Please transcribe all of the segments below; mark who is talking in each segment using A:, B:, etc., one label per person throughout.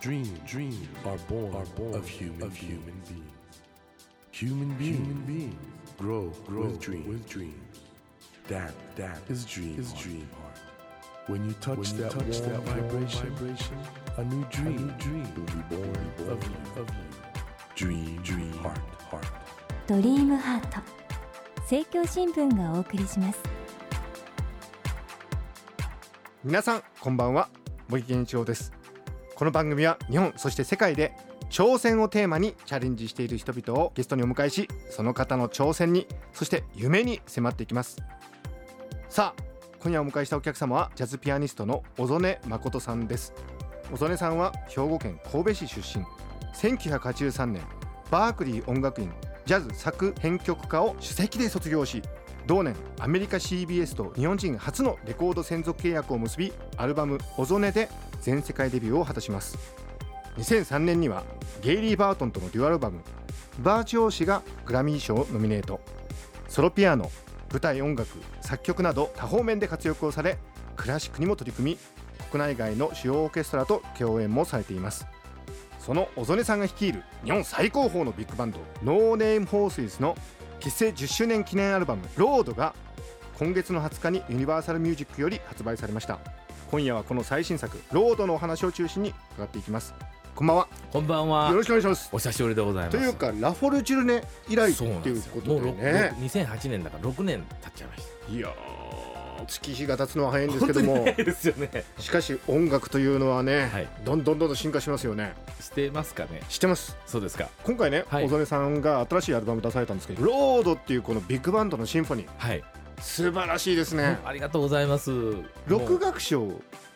A: dreams, dreams are born, are born of human, of human beings. Human beings, human beings grow, grow with, dream, with dreams. That, that is dream, is dream heart. When you touch
B: When you
A: that,
B: touch
A: warm
B: that warm
A: vibration,
B: vibration,
A: a new dream,
B: new dream
A: will be born,
B: born
A: of you, of you. Dream, dream heart, heart.
C: ドリームハート政教新聞がお送りします
D: 皆さんこんばんは森健一郎ですこの番組は日本そして世界で挑戦をテーマにチャレンジしている人々をゲストにお迎えしその方の挑戦にそして夢に迫っていきますさあ今夜お迎えしたお客様はジャズピアニストの小曽根誠さんです小曽根さんは兵庫県神戸市出身1983年バークリー音楽院ジャズ作編曲科を首席で卒業し同年アメリカ CBS と日本人初のレコード専属契約を結びアルバム「オゾネ」で全世界デビューを果たします2003年にはゲイリー・バートンとのデュアルバム「バーチオー氏」がグラミー賞をノミネートソロピアノ舞台音楽作曲など多方面で活躍をされクラシックにも取り組み国内外の主要オーケストラと共演もされていますその小曽根さんが率いる日本最高峰のビッグバンドノーネームホースイズの結成10周年記念アルバム「ロードが今月の20日にユニバーサルミュージックより発売されました今夜はこの最新作「ロードのお話を中心に伺っていきますこんばんは
E: こんばん
D: よ
E: は
D: ろ。しくお願いします
E: お久しぶりでございます。
D: というかラフォルジュルネ以来って
E: そうなん
D: い
E: で
D: う
E: すよ、
D: こと
E: も
D: で
E: うろ
D: ね
E: く2008年だから6年経っちゃいまし
D: いやー月日が経つのは早いんです
E: た。
D: けど
E: 本当に
D: も
E: 早いですよね。
D: しかし音楽というのはね、
E: はい
D: どんどんどんどん進化しますよね
E: してますかね。
D: 知ってます
E: そうですか。
D: 今回ね、
E: はい
D: 小曽根さんが新しいアルバム出されたんですけど「ロード」っていうこのビッグバンドのシンフォニー
E: はい。
D: 素晴らしいですね
E: ありがとうございます。
D: 六
E: も
D: 楽章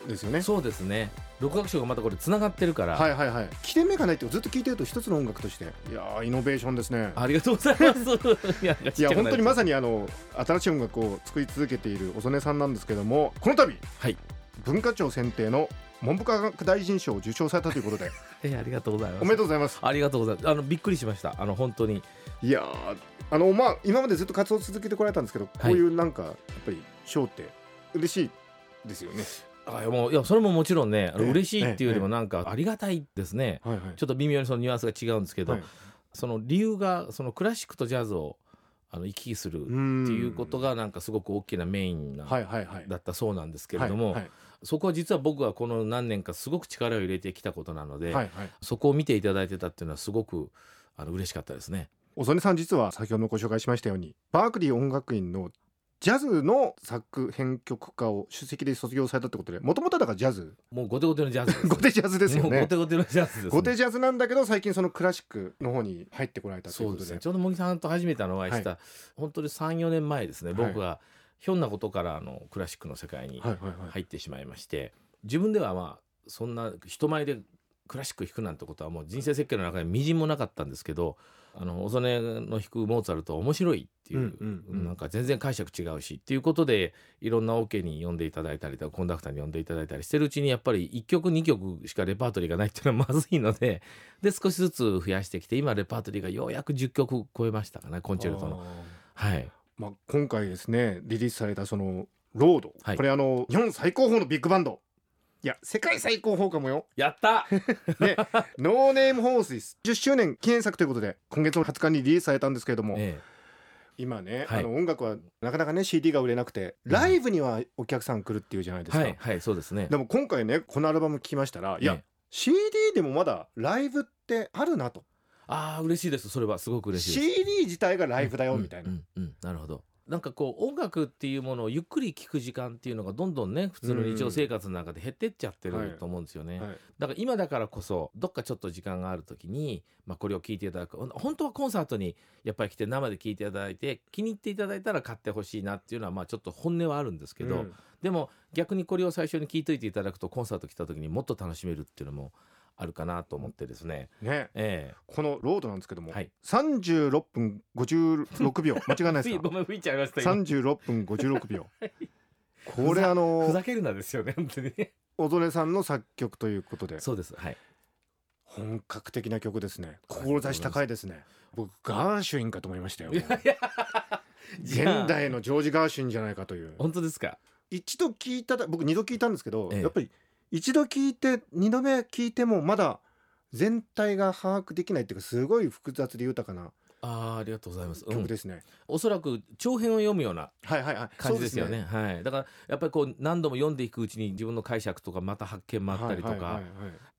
D: ですよね
E: うそうですね。六楽章がまたこれ繋がってるから。
D: はいはいはい切れ目がないってずっと聞いてると一つの音楽としていやーイノベーションですね
E: ありがとうございます。いや
D: いや本当にま
E: さ
D: さにあの新しい音楽を作り続けている小曽根さんなんですけどもこの度、
E: はい
D: 文化庁選定の文部科学大臣賞を受賞されたということで
E: に。え ありがとうございます。
D: おめでとうございます
E: ありがとうございます。あのびっくりしました。あの本当に。
D: いやーあのまあ今までずっと活動を続けてこられたんですけど、こういうなんかやっぱり賞って嬉しいですよね
E: あいやもういやそれももちろんね、あの
D: ええ
E: 嬉しいっていうより
D: え
E: も
D: え
E: なんかありがたいですね。
D: はいはい
E: ちょっと微妙にそのニュアンスが違うんですけど、
D: はい
E: その理由がそのクラシックとジャズをあの行き来するっていうことがなんかすごく大きなメインな、
D: はいはいはい
E: だったそうなんですけれども、
D: はい
E: そこは実は僕はこの何年かすごく力を入れてきたことなの
D: は
E: で、
D: いはいはい
E: そこを見ていただいてたっていうのはすごくあの嬉しかったですね。
D: 小曽根さん実は先ほどもご紹介しましたようにバークリー音楽院のジャズの作編曲家を首席で卒業されたってことでもともとだからジャズ
E: もうゴテゴテのジャズです、
D: ゴテジャズですよ
E: もうゴ
D: ね
E: テゴテのジャズです、
D: ゴテジャズなんだけど最近そのクラシックの方に入ってこられたという
E: そう
D: こ
E: で
D: と
E: す
D: で
E: ね。ちょうど茂木さんと初めてあのお会いした、
D: は
E: 本当に3、4年前ですね。
D: はい
E: 僕がひょんなことからあのクラシックの世界に
D: はいはいはい
E: 入ってしまいまして、自分ではまあそんな人前でクラシック弾くなんてことはもう人生設計の中にみじんもなかったんですけど、あの小曽根の弾くモーツァルトは面白いっていう、
D: うんうんうん
E: なんか全然解釈違うしっていうことでいろんなオ、ケに呼んでいただいたりとかコンダクターに呼んでいただいたりしてるうちにやっぱり1曲2曲しかレパートリーがないっていうのはまずいの でで少しずつ増やしてきて今レパートリーがようやく10曲超えましたかねコンチェルトの。
D: あー
E: はい、
D: まあ今回ですねリリースされたそのロード、
E: はい
D: これあの日本最高峰のビッグバンドいや世界最高峰かもよ
E: やった
D: ねノーネームホースイス10周年記念作ということで今月の20日にリリースされたんですけれども、
E: え
D: 今ね、
E: はい
D: あの音楽はなかなかね CD が売れなくて
E: うん
D: ライブにはお客さん来るっていうじゃないで
E: え
D: すか、
E: はいはいそうですね。
D: でも今回ねこのアルバム聴きましたらいや、
E: ええ
D: CD でもまだライブってあるなと
E: ああ嬉しいですそれはすごく嬉しいです。
D: CD 自体がライブだよみたいな、
E: うんうんうんなるほどなんかこう音楽っていうものをゆっくり聴く時間っていうのがどんどんね普通の日常生活の中で減ってっちゃって
D: はい
E: ると思うんですよね、
D: はい
E: だから今だからこそどっかちょっと時間がある時に、まあ、これを聴いていただくほん本当はコンサートにやっぱり来て生で聴いていただいて気に入っていただいたら買ってほしいなっていうのはまあちょっと本音はあるんですけど、
D: うん
E: でも逆にこれを最初に聴いといていただくとコンサート来た時にもっと楽しめるっていうのもあるかなと思ってですね、
D: ね
E: え
D: このロードなんですけども、
E: はい
D: 36分56秒 間違いないで
E: え
D: す
E: つい
D: か
E: ごめん吹いちゃいま した今
D: 36分56秒 これあ
E: ふ
D: の
E: ざけるなですよね本当にね
D: 小曽根さんの作曲ということで
E: そうです。はい。
D: 本格的な曲ですね
E: ありがとうございま
D: 志
E: す
D: 高いですね僕ガーシュインかと思いましたよ
E: じゃあ
D: 現代 のジョージ・ガーシュインじゃないかという
E: 本当ですか。
D: 一度聞いただ僕二度聞いたんですけど、
E: ええ
D: やっぱり一度聞いて二度目聞いてもまだ全体が把握できないっていうかすごい複雑で豊かな
E: あーありがとうございます、う
D: 曲
E: ん、
D: ですね、
E: おそらく長編を読むような
D: はいはいはい
E: 感じですよねはい、だからやっぱりこう何度も読んでいくうちに自分の解釈とかまた発見もあったりとか、
D: はいはいはいはい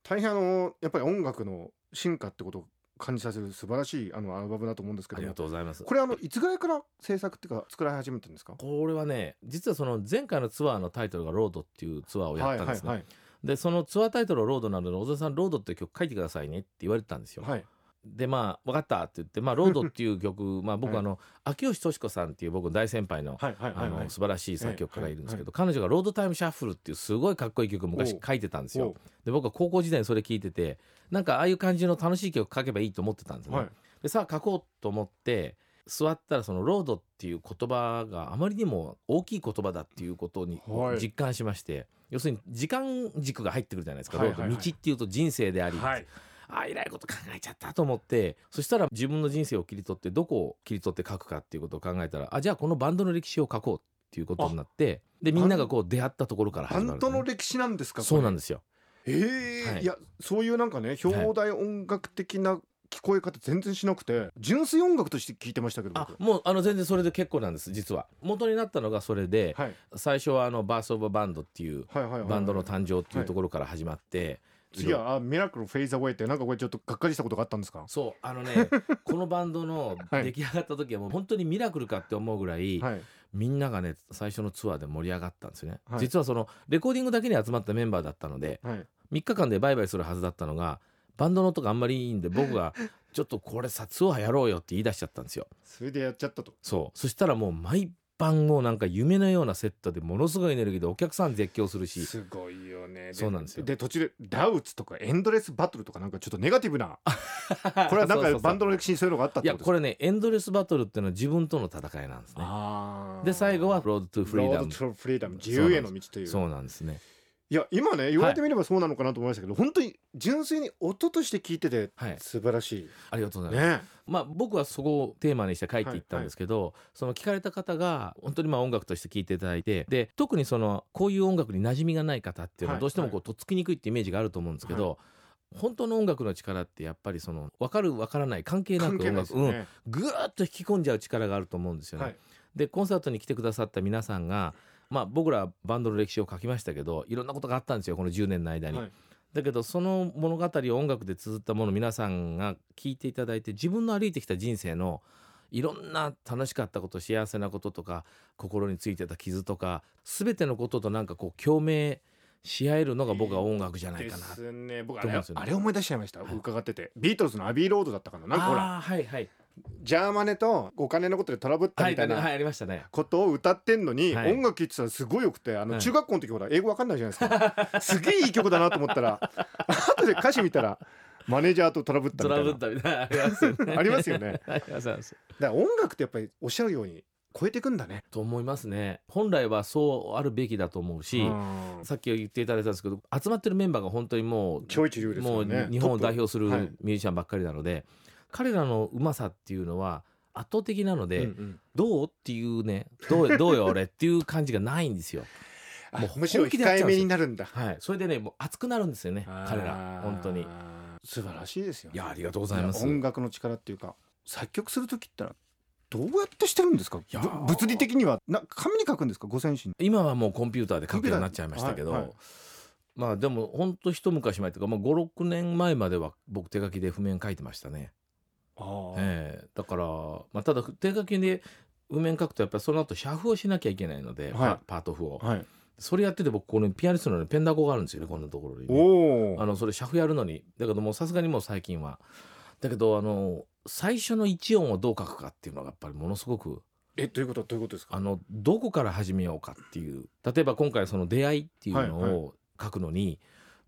D: 大変あのやっぱり音楽の進化ってことを感じさせる素晴らしいあのアルバムだと思うんですけ
E: あ
D: ど
E: りが
D: も
E: とうございます
D: これあのいつぐらいから制作っていうか作られ始めたんですか
E: これはね実はその前回のツアーのタイトルが「ロード」っていうツアーをやったんですね、
D: はい
E: でそのツアータイトルを「ロード」なので小沢さん「ロード」って曲書いてくださいねって言われてたんですよ、
D: はいはい、はい
E: でまあ分かったって言って「まあ、ロード」っていう曲ま あ僕あの、秋吉敏子さんっていう僕の大先輩の
D: はいはいは
E: あ
D: いはい
E: の素晴らしい作曲家がいるんですけど、彼女が「ロードタイムシャッフル」っていうすごいかっこいい曲を昔書いてたんですよ
D: お。
E: で僕は高校時代にそれ聞いててなんかああいう感じの楽しい曲書けばいいと思ってたんですね。
D: はい
E: でさあ書こうと思って座ったらその「ロード」っていう言葉があまりにも大きい言葉だっていうことに
D: はい
E: 実感しまして、要するに時間軸が入ってくるじゃないですか「
D: はい
E: ロ
D: はい
E: ード」
D: はい
E: 道っていうと人生であり、
D: はい
E: ああえらいこと考えちゃったと思ってそしたら自分の人生を切り取ってどこを切り取って書くかっていうことを考えたらあじゃあこのバンドの歴史を書こうっていうことになってでみんながこう出会ったところから
D: バ
E: 始ま
D: ン
E: るんで
D: ド
E: すね、
D: の歴史なんですか
E: そうなん
D: で
E: ですよ
D: すええ
E: はい
D: いやそういうなんかね表題音楽的な聞こえ方全然しなくて純粋音楽として聞いてましたけど
E: あ
D: 僕
E: もうあの全然それで結構なんです実は元になったのがそれで、
D: はい
E: 最初はあのバース・オブ・バンドっていう
D: はいはいはい
E: バンドの誕生っていうところから始まって、
D: 次はあミラクルフェイズアウェイってなんかこれちょっとがっかりしたことがあったんですか
E: そうあの ねこのバンドの
D: はい
E: 出来上がった時はもう本当にミラクルかって思うぐらい、
D: はい
E: みんながね最初のツアーで盛り上がったんですよね、
D: はい
E: 実はそのレコーディングだけに集まったメンバーだったので
D: はい
E: 3日間でバイバイするはずだったのがバンドの音があんまりいいんで 僕がちょっとこれさツアーやろうよって言い出しちゃったんですよ
D: それでやっちゃったと
E: そうそしたらもう毎晩をなんか夢のようなセットでものすごいエネルギーでお客さん絶叫するし
D: すごいよね
E: そうなんですよ
D: で途中でダウツとかエンドレスバトルとかなんかちょっとネガティブな これはな
E: そうんそ
D: か
E: うそう
D: バンドの歴史にそういうのがあったっ
E: い
D: て
E: や
D: ことです
E: これねエンドレスバトルっていうのは自分との戦いなんですね
D: あー
E: で最後は「ロード・トゥ・フリー
D: ロ
E: ダ
D: ード
E: ム
D: トゥフリーダム自由への道と」いう
E: そうなんですね
D: いや今ね言われてみればそうなのかなと思いましたけど、本当に純粋に音として聞いてて
E: はい
D: 素晴らし
E: ありがとう
D: い、
E: ございます、
D: ね
E: まあ、僕はそこをテーマにして書いていったんですけど、その聞かれた方が本当にまあ音楽として聴いていただいてで特にそのこういう音楽に馴染みがない方っていうの
D: は
E: はいどうしてもこうとっつきにくいってイメージがあると思うんですけど、本当の音楽の力ってやっぱりその分かる分からない関係な
D: 関
E: く音
D: 係
E: 楽
D: ないですよね、
E: うん、ぐーっと引き込んじゃう力があると思うんですよね。
D: はい
E: でコンサートに来てくださった皆さんが、まあ、僕らバンドの歴史を書きましたけどいろんなことがあったんですよこの10年の間に。
D: はい
E: だけどその物語を音楽で綴ったものを皆さんが聞いていただいて自分の歩いてきた人生のいろんな楽しかったこと幸せなこととか心についてた傷とか全てのこととなんかこう共鳴し合えるのが僕は音楽じゃない
D: で
E: かな。
D: すね僕あ
E: と思う
D: れ
E: んですよね
D: あれ思い出しちゃいました、
E: はい
D: 伺っててビートルズのアビーロードだったかななんかほら
E: あーはいはい
D: ジャーマネとお金のことでトラブった
E: は
D: み
E: い、
D: たいな、
E: はい、ありましたね。
D: ことを歌ってんのに、
E: はい
D: 音楽聴いてたらすごいよくてあの
E: はい
D: 中学校の時ほら英語わかんないじゃないです かすげえいい曲だなと思ったら 後で歌詞見たらマネージャーとトラブった
E: ト
D: みた
E: ラ
D: い
E: ブ
D: な
E: っ
D: だか
E: たみたい なありますよね。
D: ありますよね
E: ありますあります
D: ら音楽ってやっぱりおっしゃるように超えていくんだね
E: と思いますね。本来はそうあるべきだと思うし、
D: うん
E: さっき言っていただいたんですけど集まってるメンバーが本当にもう
D: 超一流です
E: も
D: よ
E: う
D: ね
E: 日本を代表する
D: ト
E: ミ
D: ッ
E: ュージシャンばっかりなので、彼らのうまさっていうのは圧倒的なの
D: プ
E: で、
D: はいうんうん
E: どうっていうねどうどうよ俺っていう感じがない んですよ。
D: あ
E: もう
D: むしろ
E: 本気でやっ
D: 控
E: ち
D: え
E: ゃうんで
D: め
E: すよ
D: になるんだ
E: はい、それでねもう熱くなるんですよね彼ら本当に。い
D: 素晴らしいですよね
E: やありがとうございます。
D: 音楽の力っていうか作曲する時ってのはどうやってしてるんですか
E: や
D: ぶ物理的にはな紙に書くんですか五線紙に
E: 今はもうコンピューターで書くようになっちゃいましたけど、
D: はいはい
E: まあでも本当一昔前というか、まあ、56年前までは僕手書きで譜面書いてましたね。ええだから、まあ、ただ手書きで譜面書くとやっぱりその後写譜をしなきゃいけないので、
D: はい
E: パパート譜を。
D: はい
E: それやってて僕このピアニストのねペンダコがあるんですよねこんなところにね、
D: お
E: あ
D: お
E: のそれシャフやるのにだけどもうさすがにもう最近はだけどあの最初の一音をどう書くかっていうのがやっぱりものすごく
D: えどういうことどういうことですか
E: あのどこから始めようかっていう例えば今回その出会いっていうの
D: はい
E: を書くのに、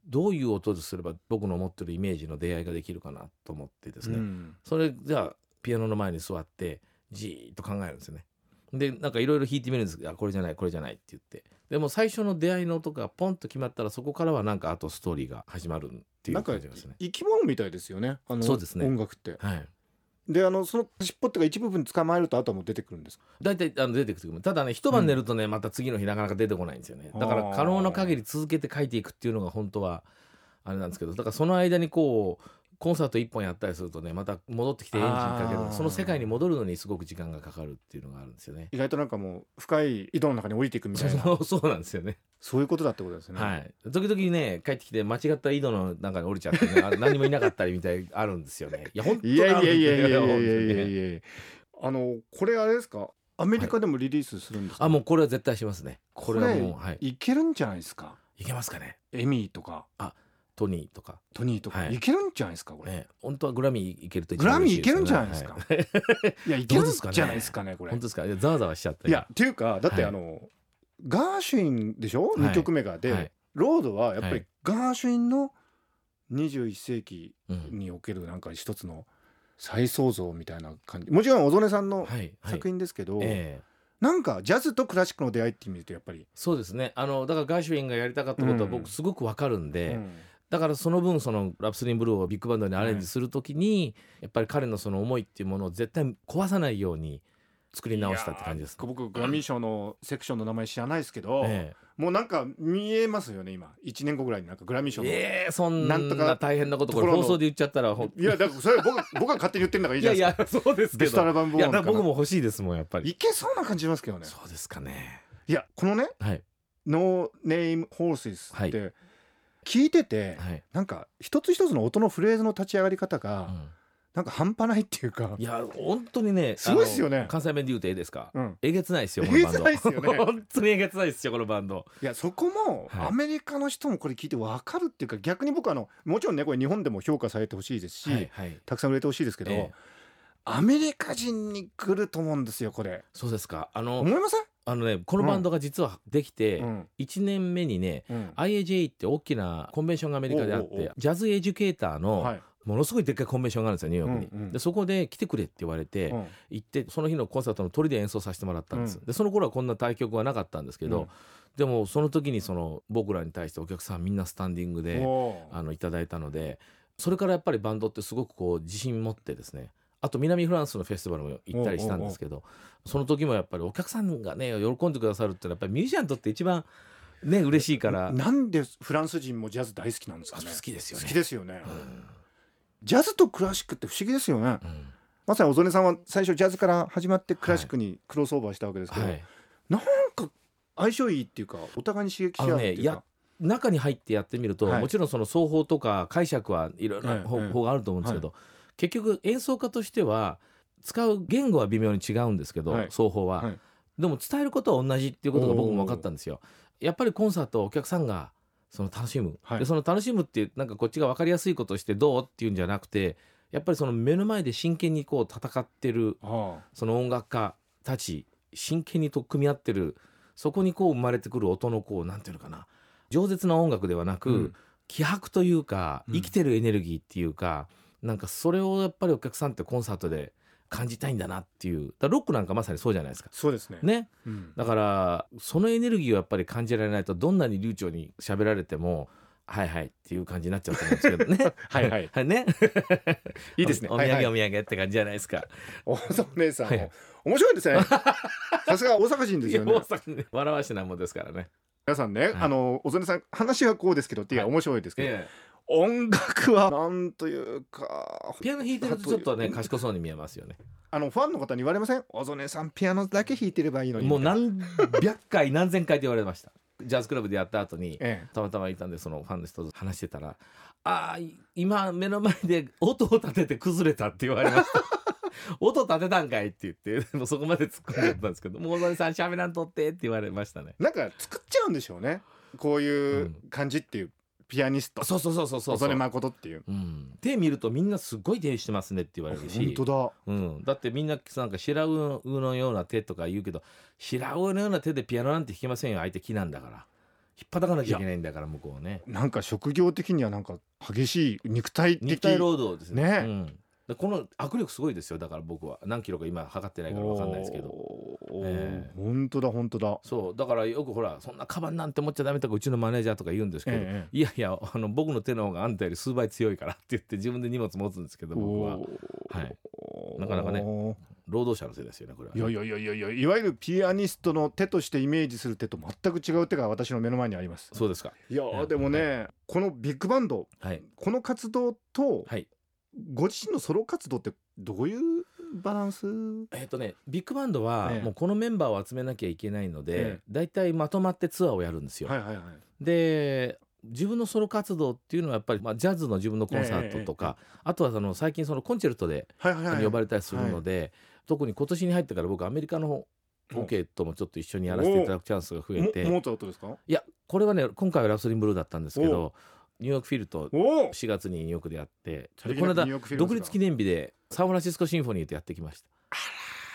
E: どういう音ですれば僕の持ってるイメージの出会いができるかなと思ってですね、
D: うん
E: それじゃあピアノの前に座ってじーっと考えるんですよね。でなんかいろいろ弾いてみるんですけどあこれじゃないこれじゃないって言ってでも最初の出会いの音がポンと決まったらそこからはなんかあとストーリーが始まるってい
D: な
E: うん
D: か
E: 感じなんですね。
D: 生き物みたいですよねあの
E: そうですね
D: 音楽って
E: はい、
D: であのその尻尾っていうか一部分捕まえるとあとはもう出てくるんですか
E: 大体あの出てくるただね一晩寝るとね、また次の日なかなか出てこないんですよねだから
D: あー
E: 可能な限り続けて書いていくっていうのが本当はあれなんですけどだからその間にこうコンサート一本やったりするとねまた戻ってきてエンジンかけ
D: あー
E: るその世界に戻るのにすごく時間がかかるっていうのがあるんですよね。
D: 意外となんかもう深い井戸の中に降りていくみたいな
E: そうそうなんですよね、
D: そういうことだってことですね、
E: はい時々ね帰ってきて間違った井戸の中に降りちゃって、ね、あ何もいな かったりみたいあるんですよねいや本当
D: い
E: にあ
D: やいや
E: るん
D: いや
E: で
D: い
E: すよ
D: やいやいや
E: 本当にね
D: いやいやあのこれあれですかアメリカでもリリースするんですか、
E: あもうこれは絶対しますねこれはもうはい
D: いけるんじゃないですか
E: いけますかね
D: エミーとか
E: トニーとか
D: トニーとか、、
E: はいい
D: けるんじゃないですかこれ、
E: ね、本当はグラミーいけると
D: グラミーいけるんじゃないですか、、
E: はい
D: やいけるん
E: どうですかね
D: じゃないですかねこれ
E: 本当ですかいや ざわざわしちゃった
D: いやっていうかだって
E: はい
D: あの、ガーシュインでしょ、
E: い
D: 二曲目がで、
E: はい
D: ロードはやっぱ
E: は
D: り
E: い
D: ガーシュインの21世紀
E: うん
D: におけるなんか一つの再創造みたいな感じもちろん小曽根さんの
E: はいはい
D: 作品ですけど、
E: ええ
D: なんかジャズとクラシックの出会いって意味で言うとやっぱり、
E: そうですねあのだからガーシュウィンがやりたかったことは
D: うん
E: 僕すごくわかるんで、
D: うん
E: だからその分その「ラプソディン・ブルー」をビッグバンドにアレンジするときに、やっぱり彼のその思いっていうものを絶対壊さないように作り直したって感じです
D: いやー僕グラミー賞のセクションの名前知らないですけど、
E: え
D: もうなんか見えますよね今1年後ぐらいになんかグラミー
E: え
D: 賞の、
E: ええそん
D: な
E: なん
D: とか
E: 大変なこと
D: と
E: こ
D: こ
E: れ
D: ろの
E: 放送で言っちゃったらほん
D: いやだからそれは僕が 僕が勝手に言ってるんだからいい
E: い
D: じゃ
E: や
D: ないで
E: い
D: すか
E: や そうですけ
D: ベストアル
E: ど
D: バム部
E: いや
D: 門
E: だか
D: からな
E: 僕も欲しいですもんやっぱり
D: いけそうな感じしますけどね
E: そうですかね
D: いやこのね
E: はい
D: 「No Name Horses」
E: はい
D: って聞いてて、
E: はい、
D: なんか一つ一つの音のフレーズの立ち上がり方が、
E: うん
D: なんか半端ないっていうか
E: いや本当にね
D: すごいっすよね
E: あの関西弁で言うとええですか、
D: うん
E: えげつないですよ
D: え
E: この
D: げ
E: バン
D: つ
E: ド
D: ないっすよね
E: 本当にえげつないですよこのバンド
D: いやそこも
E: はい
D: アメリカの人もこれ聞いて分かるっていうか逆に僕あのもちろんねこれ日本でも評価されてほしいですし、
E: はい、はい、
D: たくさん売れてほしいですけど、
E: ええ
D: アメリカ人に来ると思うんですよこれ
E: そうですかあの
D: 思いません、
E: あのねこのバンドが実はできて
D: うん
E: 1年目にね、
D: うん
E: IAJ って大きなコンベンションがアメリカであって
D: おうおうおう
E: ジャズエデュケーター
D: は
E: の
D: い
E: ものすごいでっかいコンベンションがあるんですよニューヨークに、
D: うんうん
E: でそこで来てくれって言われて、
D: うん
E: 行ってその日のコンサートの鳥で演奏させてもらったんです、
D: うん
E: でその頃はこんな対局はなかったんですけど、
D: うん
E: でもその時にその僕らに対してお客さんみんなスタンディングで
D: おー
E: あのいただいたのでそれからやっぱりバンドってすごくこう自信持ってですねあと南フランスのフェスティバルも行ったりしたんですけどその時もやっぱりお客さんがね喜んでくださるってのはやっぱりミュージシャンにとって一番ね嬉しいから
D: なんでフランス人もジャズ大好きなんです
E: あ
D: かね
E: 好きですよ
D: 好
E: ね
D: き。ですよね、
E: うん
D: ジャズとクラシックって不思議ですよね、
E: うん
D: まさに小曽根さんは最初ジャズから始まってクラシックにクロスオーバーしたわけですけど、
E: はい、
D: 相性いいっていうかお互いに刺激し合うっていうか、
E: あのね中に入ってやってみると、
D: はい
E: もちろんその奏法とか解釈はいろいろ
D: え
E: な
D: え
E: 方
D: ええ
E: 法があると思うんですけど、結局演奏家としては使う言語は微妙に違うんですけど、
D: はい
E: 奏法は、
D: はい
E: でも伝えることは同じっていうことが僕も分かったんですよ。やっぱりコンサートはお客さんがその楽しむ、
D: はい
E: でその楽しむっていうなんかこっちが分かりやすいことをしてどうっていうんじゃなくてやっぱりその目の前で真剣にこう戦ってる
D: あ
E: その音楽家たち真剣に取っ組み合ってるそこにこう生まれてくる音のこうなんていうのかな饒舌な音楽ではなく、
D: うん
E: 気迫というか
D: うん
E: 生きてるエネルギーっていうか、なんかそれをやっぱりお客さんってコンサートで感じたいんだなっていうだからロックなんかまさにそうじゃないですか。
D: そうですね
E: ね、
D: うん
E: だからそのエネルギーをやっぱり感じられないとどんなに流暢に喋られても「はいはい」っていう感じになっちゃうと思うんですけどね
D: はいはい
E: ね
D: いいですね
E: おお土産、
D: はいは
E: お
D: い
E: 土産って感じじゃないですか
D: 大曽根さん、
E: はい
D: 面白いですねさすが大阪人ですよ
E: い
D: ね
E: や大阪ね笑わしなもんですからね
D: 皆さんね、あの小曽根さん話はこうですけどっていうのは面白いですけど、
E: え
D: 音楽はなんというか
E: えピアノ弾いてるとちょっとね賢そうに見えますよね
D: あのファンの方に言われません小曽根さんピアノだけ弾いてればいいのに
E: もう何百回何千回って言われましたジャズクラブでやった後に
D: え
E: たまたまいたんでそのファンの人と話してたら「ああ今目の前で音を立てて崩れた」って言われました 音立てたんかいって言ってもうそこまで突っ込んじゃったんですけど「もう大谷さんしゃべらんとって」って言われましたね
D: えなんか作っちゃうんでしょうねこういう感じっていうピアニスト
E: そうそうそうそうそう
D: 小曽根誠っていう
E: うん、手見るとみんなすごい手してますねって言われるし
D: 本当
E: うん、だってみんななんか白魚のような手とか言うけど白魚のような手でピアノなんて弾けませんよ相手木なんだから引っ張かなきゃいけないんだから向こうね
D: だなんか職業的にはなんか激しい肉体的
E: 肉体労働ですね
D: ね
E: うん、でこの握力すごいですよだから僕は何キロか今測ってないから分かんないですけど
D: おー
E: ええ
D: 本当だ本当だ
E: そうだからよくほらそんなカバンなんて持っちゃダメとかうちのマネージャーとか言うんですけど、
D: え
E: いやいやあの僕の手の方があんたより数倍強いからって言って自分で荷物持つんですけど僕は、
D: おー
E: はいうなかなかね
D: ね
E: 労働者のせいですよねこれはい
D: やいやいやいやいやいわゆるピアニストの手としてイメージする手と全く違う手が私の目の前にあります
E: そうですか
D: いやーでもねこのビッグバンド
E: はい
D: この活動と
E: はい
D: ご自身のソロ活動ってどういうバランス
E: えっとねビッグバンドは
D: ええ
E: もうこのメンバーを集めなきゃいけないので、
D: ええ
E: だいたいまとまってツアーをやるんですよ、
D: はいはいはい
E: で自分のソロ活動っていうのはやっぱり、まあ、ジャズの自分のコンサートとか、あとはその最近そのコンチェルトで
D: はいはいはい
E: 呼ばれたりするので、特に今年に入ってから僕アメリカの方
D: うん
E: オケともちょっと一緒にやらせていただくチャンスが増え
D: モモ
E: て
D: ーツァルトですか
E: いやこれはね今回は「ラプソディンブルー」だったんですけどニューヨークフィルと
D: おお
E: 4月にニューヨークでやってでこの間独立記念日でサンフランシスコシンフォニーとやってきました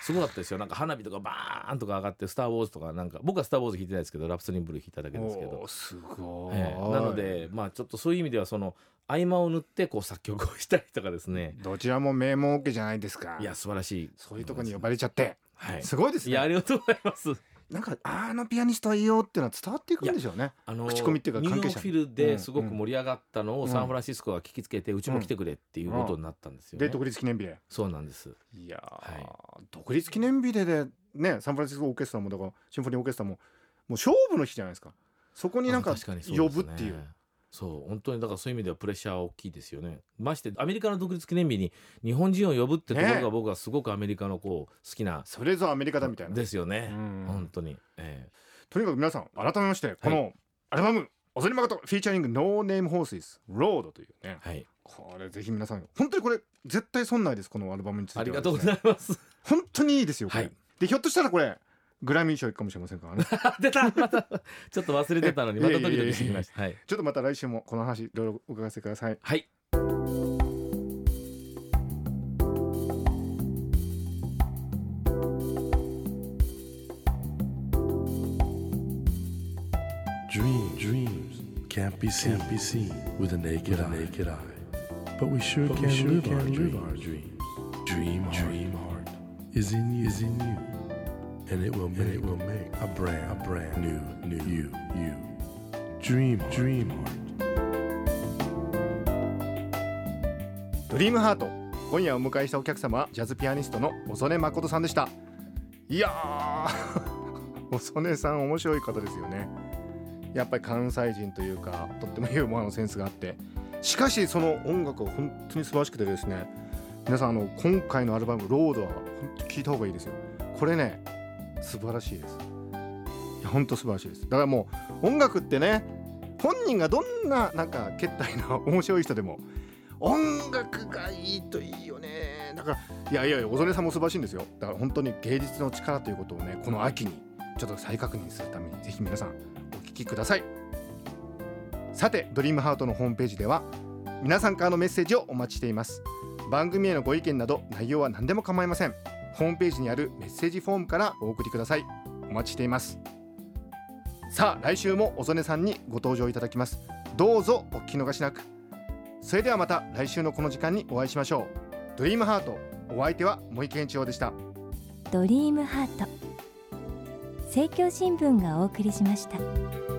E: すごかったですよなんか花火とかバーンとか上がって「スター・ウォーズ」とかなんか僕は「スター・ウォーズ」弾いてないですけど「ラプソディンブルー」弾いただけですけど
D: おーすごい、
E: ええなのでまあちょっとそういう意味ではその合間を縫ってこう作曲をしたりとかですね
D: どちらも名門オケじゃないですか
E: いや素晴らしい
D: そういうとこに呼ばれちゃって、
E: はい
D: すごいです
E: いやあ
D: ね
E: りがとうございます
D: なんかあのピアニストはいいよっていうのは伝わっていくんでしょうね
E: あの
D: 口コミっていうか
E: ニュー
D: 関
E: ヨ
D: 係
E: ー
D: 者
E: ク
D: に
E: フィルですごく盛り上がったの
D: う
E: を
D: ん
E: サンフランシスコが聞きつけてうちも来てくれっていうことになったんですよ
D: で
E: ね
D: 独立記念日で
E: そうなんです
D: いやー、
E: はい
D: 独立記念日ででねサンフランシスコオーケストラもだからシンフォニーオーケストラももう勝負の日じゃないですかそこになんか
E: あ確にそ
D: 呼
E: です
D: ぶ
E: ね
D: っていう
E: そう本当にだからそういう意味ではプレッシャーは大きいですよねましてアメリカの独立記念日に日本人を呼ぶってところ
D: ね
E: が僕はすごくアメリカのこう好きな
D: それぞれアメリカだみたいな、
E: ですよね
D: うん
E: 本当にえ
D: とにかく皆さん改めましてこのアルバム「おそりまかと」フィーチャリング「ノーネームホースイスロード」というね
E: えはい
D: これぜひ皆さん本当にこれ絶対損ないですこのアルバムについて
E: あ
D: は
E: り
D: ですね、
E: がとうございます。
D: 本当にいいですよこれ、
E: はい
D: でひょっとしたらこれグラミー賞いくかもしれませんからね
E: あ出たまたちょっと忘れてたのにまたドキドキしてきました。はい。
D: ちょっとまた来週もこの話いろいろお伺わせください
E: はい。
A: Dream, dreams can't be seen, be seen with a naked, eye. naked eye. But we sure can, live, our live our dreams. Dream, dream heart is in you, is in you, and it will make, it will make a brand, a brand new, new you, you. Dream, dream heart.
D: ドリームハート今夜お迎えしたお客様はジャズピアニストの小曽根誠さんでしたいやー 小曽根さん面白い方ですよねやっぱり関西人というかとってもユーモアのセンスがあってしかしその音楽は本当に素晴らしくてですね皆さんあの今回のアルバム「ロード」は本当に聞いた方がいいですよこれね素晴らしいですいや本当素晴らしいですだからもう音楽ってね本人がどんななんかけったいな面白い人でも音楽がいいといいよねだからいやいやいや小曽根さんも素晴らしいんですよだから本当に芸術の力ということをねこの秋にちょっと再確認するためにぜひ皆さんお聞きくださいさてドリームハートのホームページでは皆さんからのメッセージをお待ちしています番組へのご意見など内容は何でも構いませんホームページにあるメッセージフォームからお送りくださいお待ちしていますさあ来週も小曽根さんにご登場いただきますどうぞお聞き逃しなくそれではまた来週のこの時間にお会いしましょうドリームハートお相手は森健一郎でした
C: ドリームハート政教新聞がお送りしました